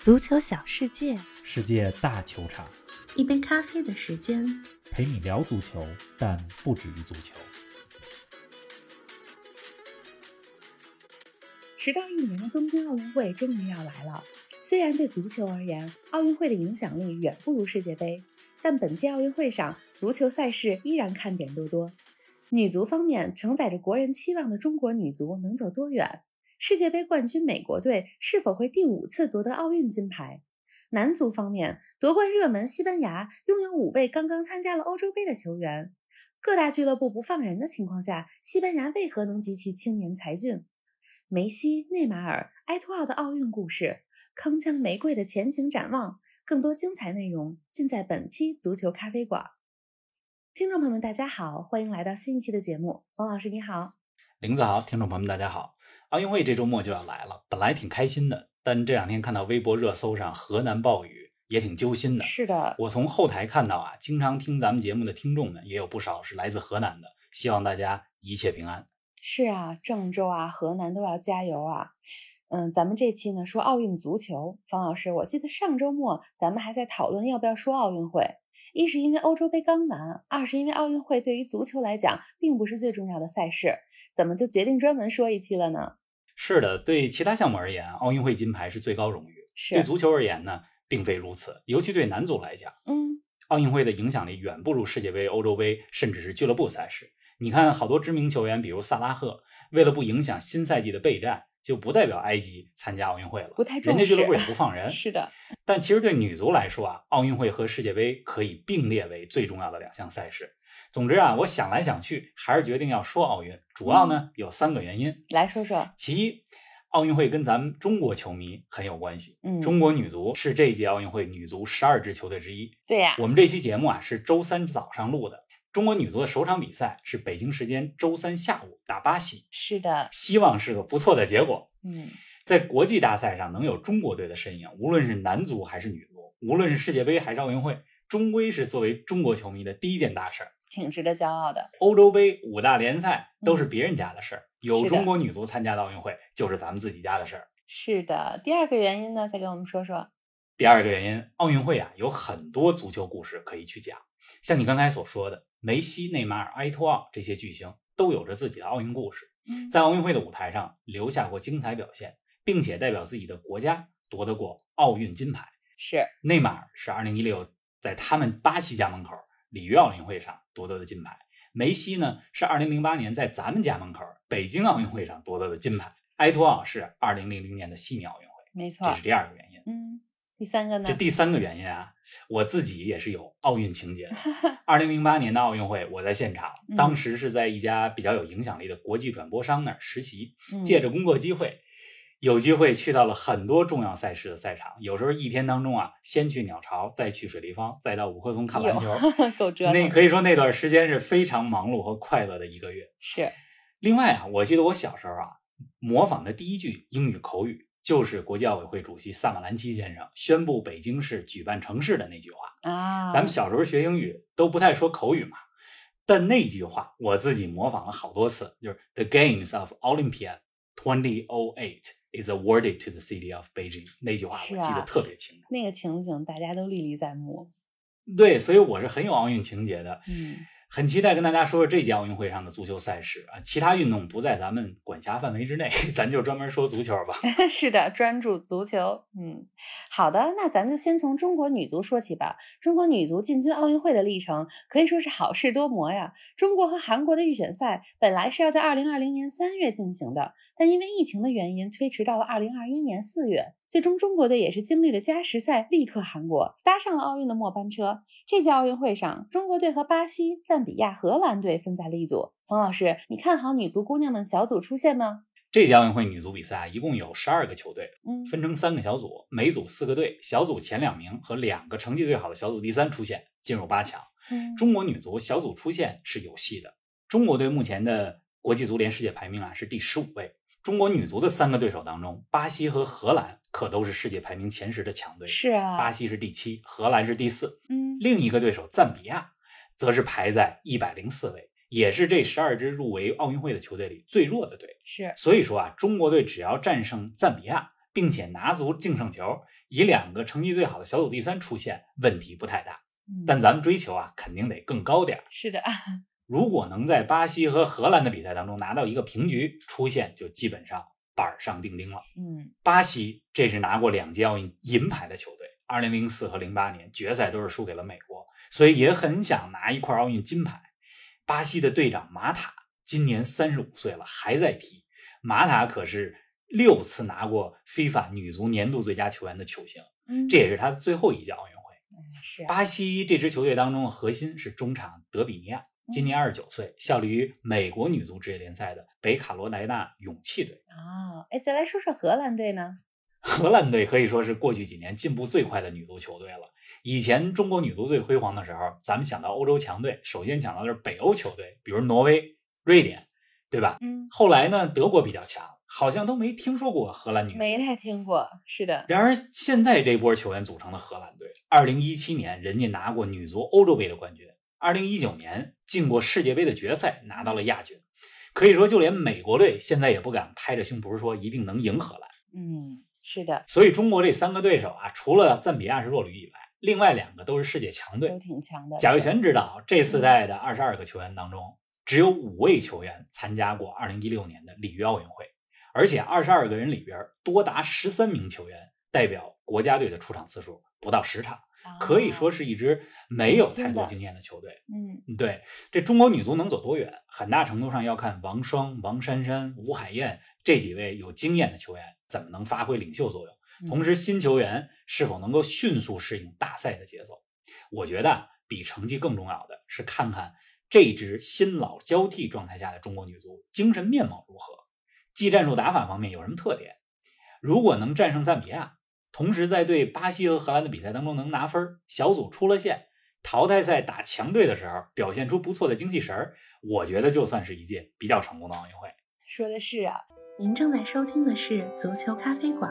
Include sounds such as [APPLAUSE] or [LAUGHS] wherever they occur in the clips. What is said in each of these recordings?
足球小世界，世界大球场，一杯咖啡的时间。陪你聊足球，但不止于足球。迟到一年的东京奥运会终于要来了。虽然对足球而言，奥运会的影响力远不如世界杯，但本届奥运会上，足球赛事依然看点多多。女足方面，承载着国人期望的中国女足能走多远？世界杯冠军美国队是否会第五次夺得奥运金牌？男足方面，夺冠热门西班牙拥有五位刚刚参加了欧洲杯的球员，各大俱乐部不放人的情况下，西班牙为何能集齐青年才俊？梅西、内马尔、埃托奥的奥运故事，铿锵玫瑰的前景展望，更多精彩内容尽在本期足球咖啡馆。听众朋友们，大家好，欢迎来到新一期的节目。冯老师你好，林子豪，听众朋友们，大家好！奥运会这周末就要来了，本来挺开心的，但这两天看到微博热搜上河南暴雨，也挺揪心的。是的，我从后台看到啊，经常听咱们节目的听众们也有不少是来自河南的，希望大家一切平安。是啊，郑州啊，河南都要加油啊！嗯，咱们这期呢说奥运足球，方老师，我记得上周末咱们还在讨论要不要说奥运会，一是因为欧洲杯刚完，二是因为奥运会对于足球来讲并不是最重要的赛事，怎么就决定专门说一期了呢？是的，对其他项目而言，啊奥运会金牌是最高荣誉；是对，足球而言呢，并非如此。尤其对男足来讲，嗯，奥运会的影响力远不如世界杯、欧洲杯，甚至是俱乐部赛事。你看，好多知名球员，比如萨拉赫，为了不影响新赛季的备战，就不代表埃及参加奥运会了，不太重人视。家俱乐部也不放人。 [LAUGHS] 是的，但其实对女足来说啊，奥运会和世界杯可以并列为最重要的两项赛事。总之啊，我想来想去，还是决定要说奥运。主要嗯呢有三个原因，来说说，其一，奥运会跟咱们中国球迷很有关系。嗯，中国女足是这一届奥运会女足十二支球队之一。对呀、我们这期节目啊是周三早上录的。中国女足的首场比赛是北京时间周三下午打巴西，是的，希望是个不错的结果。嗯，在国际大赛上能有中国队的身影，无论是男足还是女足，无论是世界杯还是奥运会，终归是作为中国球迷的第一件大事儿。挺值得骄傲的。欧洲杯五大联赛都是别人家的事儿，嗯有是的中国女足参加的奥运会就是咱们自己家的事儿。是的，第二个原因呢，再跟我们说说。第二个原因，奥运会啊有很多足球故事可以去讲，像你刚才所说的，梅西、内马尔、埃托奥这些巨星都有着自己的奥运故事，嗯在奥运会的舞台上留下过精彩表现，并且代表自己的国家夺得过奥运金牌。是，内马尔是2016在他们巴西家门口里约奥运会上夺得的金牌，梅西呢是2008年在咱们家门口北京奥运会上夺得的金牌，埃托奥是2000年的悉尼奥运会，没错这。是第二个原因。嗯，第三个呢这？第三个原因啊，我自己也是有奥运情节 [LAUGHS] 的。二零零八年的奥运会，我在现场，嗯当时是在一家比较有影响力的国际转播商那儿实习，嗯借着工作机会，有机会去到了很多重要赛事的赛场。有时候一天当中啊，先去鸟巢，再去水立方，再到五棵松看篮球。嗯 [LAUGHS] 够折那腾，可以说那段时间是非常忙碌和快乐的一个月。是另外啊，我记得我小时候啊，模仿的第一句英语口语就是国际奥委会主席萨马兰奇先生宣布北京市举办城市的那句话。啊，咱们小时候学英语都不太说口语嘛，但那句话我自己模仿了好多次，就是 The Games of Olympia 2008 is awarded to the city of Beijing。那句话是我啊记得特别清楚。那个情景大家都历历在目。对，所以我是很有奥运情节的。嗯，很期待跟大家说说这届奥运会上的足球赛事啊，其他运动不在咱们管辖范围之内， [LAUGHS] 咱就专门说足球吧。 [LAUGHS] 是的，专注足球。嗯，好的，那咱就先从中国女足说起吧。中国女足进军奥运会的历程可以说是好事多磨呀。中国和韩国的预选赛本来是要在二零二零年三月进行的，但因为疫情的原因推迟到了二零二一年四月。最终，中国队也是经历了加时赛，力克韩国，搭上了奥运的末班车。这届奥运会上，中国队和巴西、赞比亚、荷兰队分在了一组。冯老师，你看好女足姑娘们小组出线吗？这届奥运会女足比赛啊一共有十二个球队，嗯，分成三个小组，每组四个队，小组前两名和两个成绩最好的小组第三出线，进入八强。嗯中国女足小组出线是有戏的。中国队目前的国际足联世界排名啊是第十五位。中国女足的三个对手当中，巴西和荷兰可都是世界排名前十的强队，是啊，巴西是第七，荷兰是第四。嗯，另一个对手赞比亚，则是排在一百零四位，也是这十二支入围奥运会的球队里最弱的队。是所以说啊，中国队只要战胜赞比亚，并且拿足净胜球，以两个成绩最好的小组第三出现，问题不太大。嗯但咱们追求啊，肯定得更高点儿。是的，啊如果能在巴西和荷兰的比赛当中拿到一个平局，出线就基本上板上钉钉了。嗯巴西这是拿过两届奥运银牌的球队，二零零四和零八年决赛都是输给了美国，所以也很想拿一块奥运金牌。巴西的队长马塔今年三十五岁了，还在踢。马塔可是六次拿过非法女足年度最佳球员的球星，嗯，这也是他最后一届奥运会。是啊巴西这支球队当中的核心是中场德比尼亚，今年二十九岁，效力于美国女足职业联赛的北卡罗来纳勇气队。啊，哎，再来说说荷兰队呢，荷兰队可以说是过去几年进步最快的女足球队了。以前中国女足最辉煌的时候，咱们想到欧洲强队，首先想到的是北欧球队，比如挪威、瑞典，对吧？嗯，后来呢，德国比较强，好像都没听说过荷兰女足。没太听过，是的，然而，现在这波球员组成的荷兰队，二零一七年人家拿过女足欧洲杯的冠军，二零一九年进过世界杯的决赛，拿到了亚军。可以说，就连美国队现在也不敢拍着胸脯说一定能赢荷兰。嗯，是的，所以中国这三个对手啊，除了赞比亚是弱旅以外，另外两个都是世界强都队。挺强的。嗯贾跃全知道，这四代的二十二个球员当中，只有五位球员参加过二零一六年的里约奥运会，而且二十二个人里边多达十三名球员代表国家队的出场次数不到十场，啊可以说，是一支没有太新的多经验的球队。嗯对，这中国女足能走多远，很大程度上要看王霜、王珊珊、吴海燕这几位有经验的球员怎么能发挥领袖作嗯用，同时新球员是否能够迅速适应大赛的节奏。我觉得啊比成绩更重要的是看看这支新老交替状态下的中国女足精神面貌如何，技战术打法方面有什么特点。如果能战胜赞比亚，同时在对巴西和荷兰的比赛当中能拿分儿，小组出了线，淘汰赛打强队的时候表现出不错的精气神儿，我觉得就算是一届比较成功的奥运会。说的是啊，您正在收听的是《足球咖啡馆》，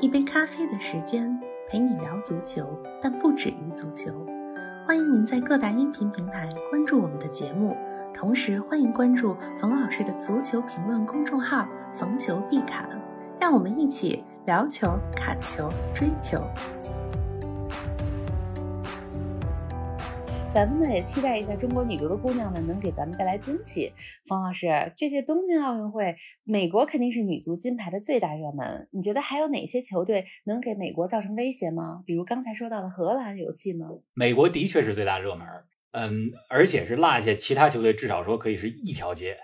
一杯咖啡的时间陪你聊足球，但不止于足球。欢迎您在各大音频平台关注我们的节目，同时欢迎关注冯老师的足球评论公众号“冯球必侃”，让我们一起聊球、砍球、追球。咱们呢也期待一下中国女足的姑娘们能给咱们带来惊喜。方老师，这届东京奥运会，美国肯定是女足金牌的最大热门。你觉得还有哪些球队能给美国造成威胁吗？比如刚才说到的荷兰有戏吗？美国的确是最大热门儿，嗯，而且是落下其他球队至少说可以是一条街。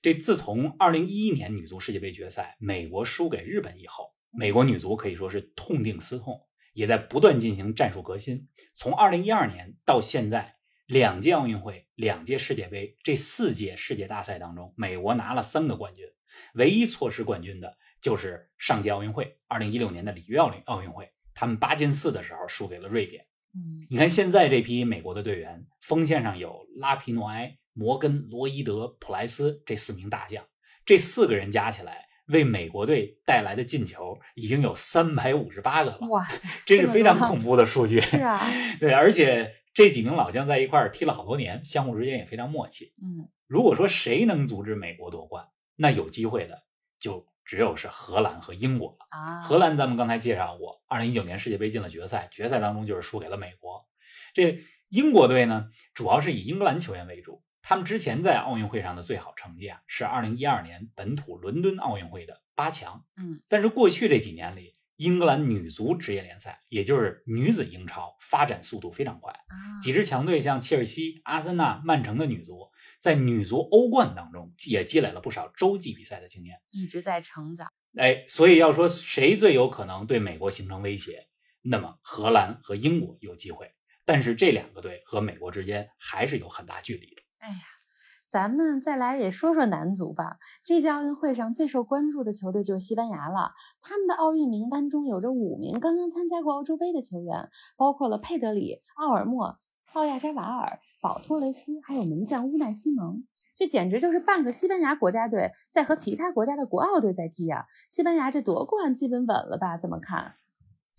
这自从2011年女足世界杯决赛美国输给日本以后，美国女足可以说是痛定思痛，也在不断进行战术革新。从2012年到现在，两届奥运会、两届世界杯这四届世界大赛当中，美国拿了三个冠军，唯一错失冠军的就是上届奥运会2016年的里约奥运奥运会，他们八进四的时候输给了瑞典。嗯，你看现在这批美国的队员，锋线上有拉皮诺埃、摩根、罗伊德、普莱斯这四名大将，这四个人加起来为美国队带来的进球已经有三百五十八个了，哇，这是非常恐怖。怖的数据。是啊，对，而且这几名老将在一块儿踢了好多年，相互之间也非常默契。嗯，如果说谁能阻止美国夺冠，那有机会的就只有是荷兰和英国了。啊，荷兰咱们刚才介绍过，二零一九年世界杯进了决赛，决赛当中就是输给了美国。这英国队呢，主要是以英格兰球员为主，他们之前在奥运会上的最好成绩啊，是二零一二年本土伦敦奥运会的八强。嗯，但是过去这几年里，英格兰女足职业联赛，也就是女子英超，发展速度非常快。啊几支强队像切尔西、阿森纳、曼城的女足，在女足欧冠当中也积累了不少洲际比赛的经验。一直在成长。哎，所以要说谁最有可能对美国形成威胁，那么荷兰和英国有机会，但是这两个队和美国之间还是有很大距离的。哎咱们再来也说说男足吧。这届奥运会上最受关注的球队就是西班牙了。他们的奥运名单中有着五名刚刚参加过欧洲杯的球员，包括了佩德里、奥尔莫、奥亚扎瓦尔、保托雷斯，还有门将乌奈西蒙。这简直就是半个西班牙国家队在和其他国家的国奥队在踢啊！西班牙这夺冠基本稳了吧？怎么看？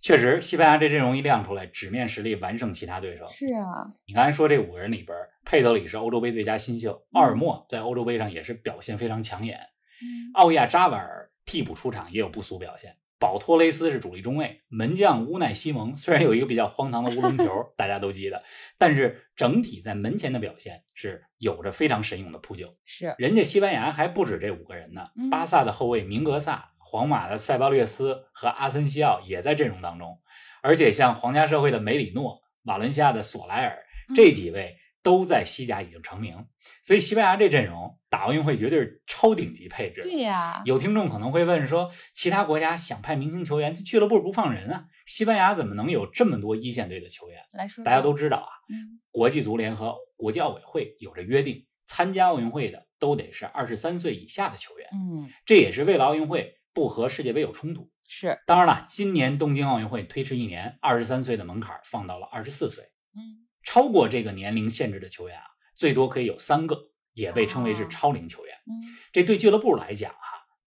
确实，西班牙这阵容一亮出来，纸面实力完胜其他对手。是啊，你刚才说这五个人里边，佩德里是欧洲杯最佳新秀，奥尔莫在欧洲杯上也是表现非常抢眼，嗯奥亚扎瓦尔替补出场也有不俗表现。保托雷斯是主力中卫，门将乌奈西蒙虽然有一个比较荒唐的乌龙球，大家都记得，但是整体在门前的表现是有着非常神勇的扑救。是人家西班牙还不止这五个人呢嗯，巴萨的后卫明格萨、皇马的塞巴略斯和阿森西奥也在阵容当中，而且像皇家社会的梅里诺、瓦伦西亚的索莱尔嗯这几位都在西甲已经成名，所以西班牙这阵容打奥运会绝对是超顶级配置。对呀、有听众可能会问说，其他国家想派明星球员，俱乐部不放人啊，西班牙怎么能有这么多一线队的球员？来说大家说都知道啊，嗯国际足联和国际奥委会有着约定，参加奥运会的都得是二十三岁以下的球员，嗯这也是为了奥运会不和世界杯有冲突。是当然了，今年东京奥运会推迟一年，二十三岁的门槛放到了二十四岁，嗯超过这个年龄限制的球员啊，最多可以有三个，也被称为是哦超龄球员。嗯这对俱乐部来讲哈、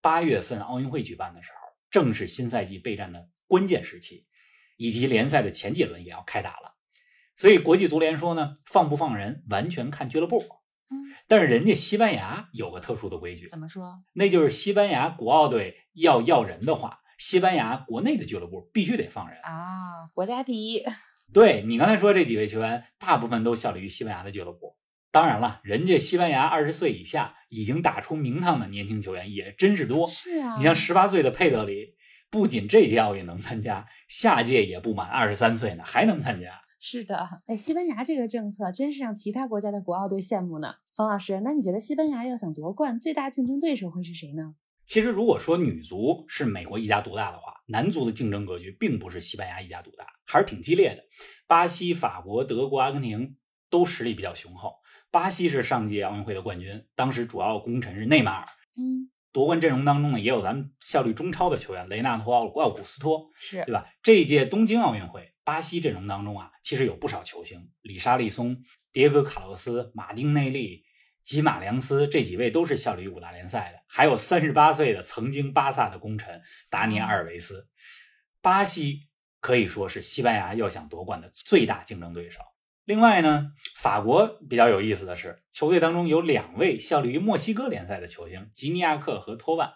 八月份奥运会举办的时候，正是新赛季备战的关键时期，以及联赛的前几轮也要开打了。所以国际足联说呢，放不放人完全看俱乐部。嗯，但是人家西班牙有个特殊的规矩怎，么说？那就是西班牙国奥队要要人的话，西班牙国内的俱乐部必须得放人。啊，国家第一，对你刚才说这几位球员，大部分都效力于西班牙的俱乐部。当然了，人家西班牙二十岁以下已经打出名堂的年轻球员也真是多。是啊，你像十八岁的佩德里，不仅这届奥运能参加，下届也不满二十三岁呢，还能参加。是的，哎，西班牙这个政策真是让其他国家的国奥队羡慕呢。冯老师，那你觉得西班牙要想夺冠，最大竞争对手会是谁呢？其实，如果说女足是美国一家独大的话，男足的竞争格局并不是西班牙一家独大，还是挺激烈的。巴西、法国、德国、阿根廷都实力比较雄厚。巴西是上届奥运会的冠军，当时主要功臣是内马尔。嗯，夺冠阵容当中呢，也有咱们效力中超的球员雷纳托、奥古斯托。是对吧？这一届东京奥运会，巴西阵容当中啊，其实有不少球星，里沙利松、迭戈·卡洛斯、马丁内利、吉马良斯这几位都是效力于五大联赛的，还有三十八岁的曾经巴萨的功臣达尼埃尔·维斯。巴西可以说是西班牙要想夺冠的最大竞争对手。另外呢，法国比较有意思的是，球队当中有两位效力于墨西哥联赛的球星吉尼亚克和托万，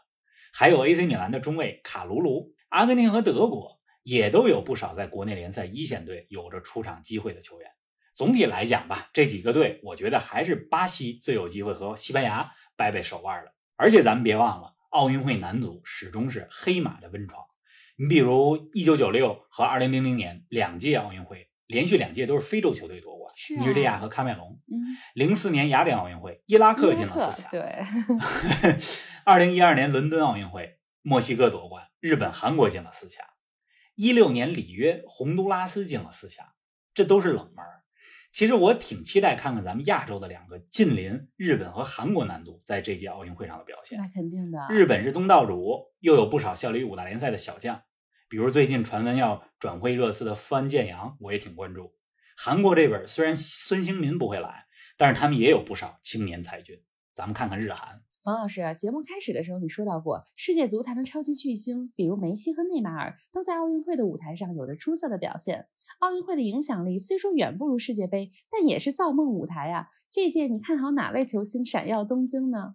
还有 AC 米兰的中卫卡卢卢。阿根廷和德国也都有不少在国内联赛一线队有着出场机会的球员。总体来讲吧，这几个队，我觉得还是巴西最有机会和西班牙掰掰手腕的。而且咱们别忘了，奥运会男足始终是黑马的温床。你比如一九九六和二零零零年两届奥运会，连续两届都是非洲球队夺冠，是啊尼日利亚和喀麦隆。嗯，零四年雅典奥运会，伊拉克伊进拉了克四 [LAUGHS] 强。对，二零一二年伦敦奥运会，墨西哥夺冠，日本、韩国进了四强。一六年里约，洪都拉斯进了四强，这都是冷门儿。其实我挺期待看看咱们亚洲的两个近邻日本和韩国男足在这届奥运会上的表现。那肯定的。日本是东道主，又有不少效力于五大联赛的小将，比如最近传闻要转会热刺的富安健洋，我也挺关注。韩国这边虽然孙兴民不会来，但是他们也有不少青年才俊。咱们看看日韩，冯老师，节目开始的时候你说到过，世界足坛的超级巨星，比如梅西和内马尔，都在奥运会的舞台上有着出色的表现。奥运会的影响力虽说远不如世界杯，但也是造梦舞台啊。这届你看好哪位球星闪耀东京呢？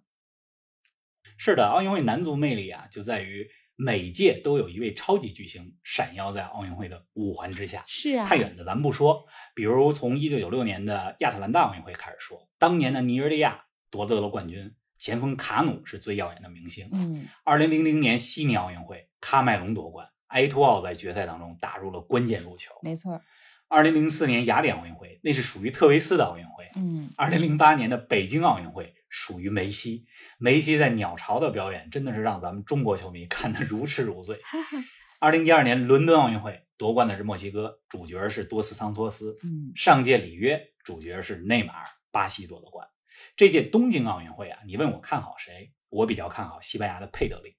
是的，奥运会男足魅力啊，就在于每届都有一位超级巨星闪耀在奥运会的五环之下。是啊，太远的咱们不说，比如从一九九六年的亚特兰大奥运会开始说，当年的尼日利亚夺得了冠军，前锋卡努是最耀眼的明星。嗯，二零零零年悉尼奥运会，喀麦隆夺冠，埃托奥在决赛当中打入了关键入球。没错儿，二零零四年雅典奥运会，那是属于特维斯的奥运会。嗯，二零零八年的北京奥运会属于梅西，梅西在鸟巢的表演真的是让咱们中国球迷 [LAUGHS] 看得如痴如醉。哈哈，二零一二年伦敦奥运会夺冠的是墨西哥，主角是多斯桑托斯。嗯，上届里约主角是内马尔，巴西夺得冠。这届东京奥运会啊，你问我看好谁，我比较看好西班牙的佩德里。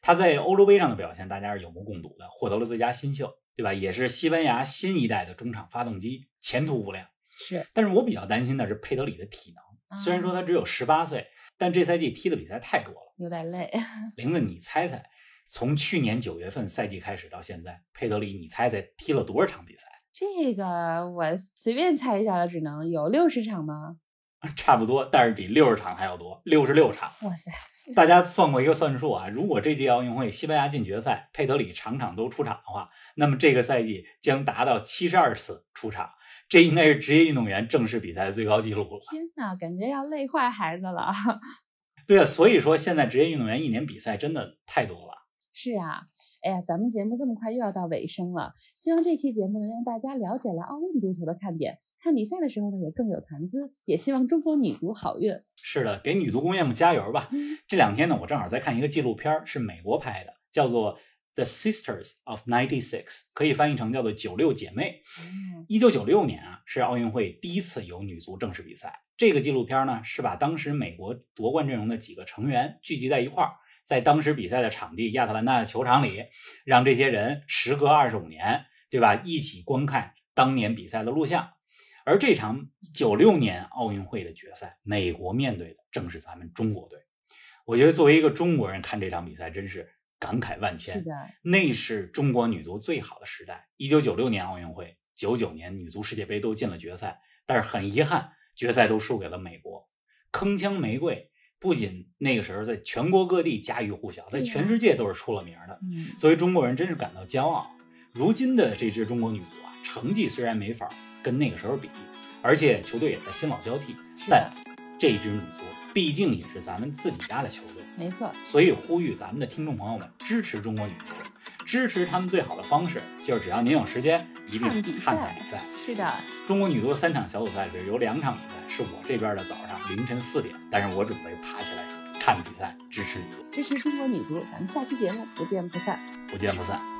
他在欧洲杯上的表现，大家是有目共睹的，获得了最佳新秀，对吧？也是西班牙新一代的中场发动机，前途无量。是。但是我比较担心的是佩德里的体能，虽然说他啊只有十八岁，但这赛季踢的比赛太多了。有点累， [LAUGHS] 玲子，你猜猜，从去年九月份赛季开始到现在，佩德里你猜猜踢了多少场比赛？ [LAUGHS] 这个我随便猜一下了，只能有六十场吗？差不多，但是比六十场还要多，六十六场。哇塞，大家算过一个算数啊，如果这届奥运会西班牙进决赛，佩德里场场都出场的话，那么这个赛季将达到七十二次出场，这应该是职业运动员正式比赛的最高纪录了。天哪，感觉要累坏孩子了。 [LAUGHS] 对啊，所以说现在职业运动员一年比赛真的太多了。是啊，哎呀，咱们节目这么快又要到尾声了，希望这期节目能让大家了解了奥运足球的看点，看比赛的时候呢也更有谈资，也希望中国女足好运。是的，给女足姑娘们加油吧！这两天呢，我正好在看一个纪录片儿，是美国拍的，叫做《The Sisters of '96》，可以翻译成叫做“九六姐妹”。嗯，一九九六年啊，是奥运会第一次有女足正式比赛。这个纪录片呢，是把当时美国夺冠阵容的几个成员聚集在一块儿，在当时比赛的场地亚特兰大的球场里，让这些人时隔二十五年，对吧，一起观看当年比赛的录像。而这场九六年奥运会的决赛，美国面对的正是咱们中国队。我觉得作为一个中国人看这场比赛，真是感慨万千。是的，那是中国女足最好的时代。一九九六年奥运会，九九年女足世界杯都进了决赛，但是很遗憾，决赛都输给了美国。铿锵玫瑰不仅那个时候在全国各地家喻户晓，在对呀全世界都是出了名的，嗯，所以中国人真是感到骄傲。如今的这支中国女足啊，成绩虽然没法跟那个时候比，而且球队也在新老交替，是的但，这支女足毕竟也是咱们自己家的球队。没错，所以呼吁咱们的听众朋友们支持中国女足，支持他们最好的方式就是只要您有时间，一定看比赛看看比赛。是的，中国女足三场小组赛里边有两场比赛是我这边的早上凌晨四点，但是我准备爬起来看比赛，支持女足，支持中国女足，咱们下期节目不见不散。不见不散。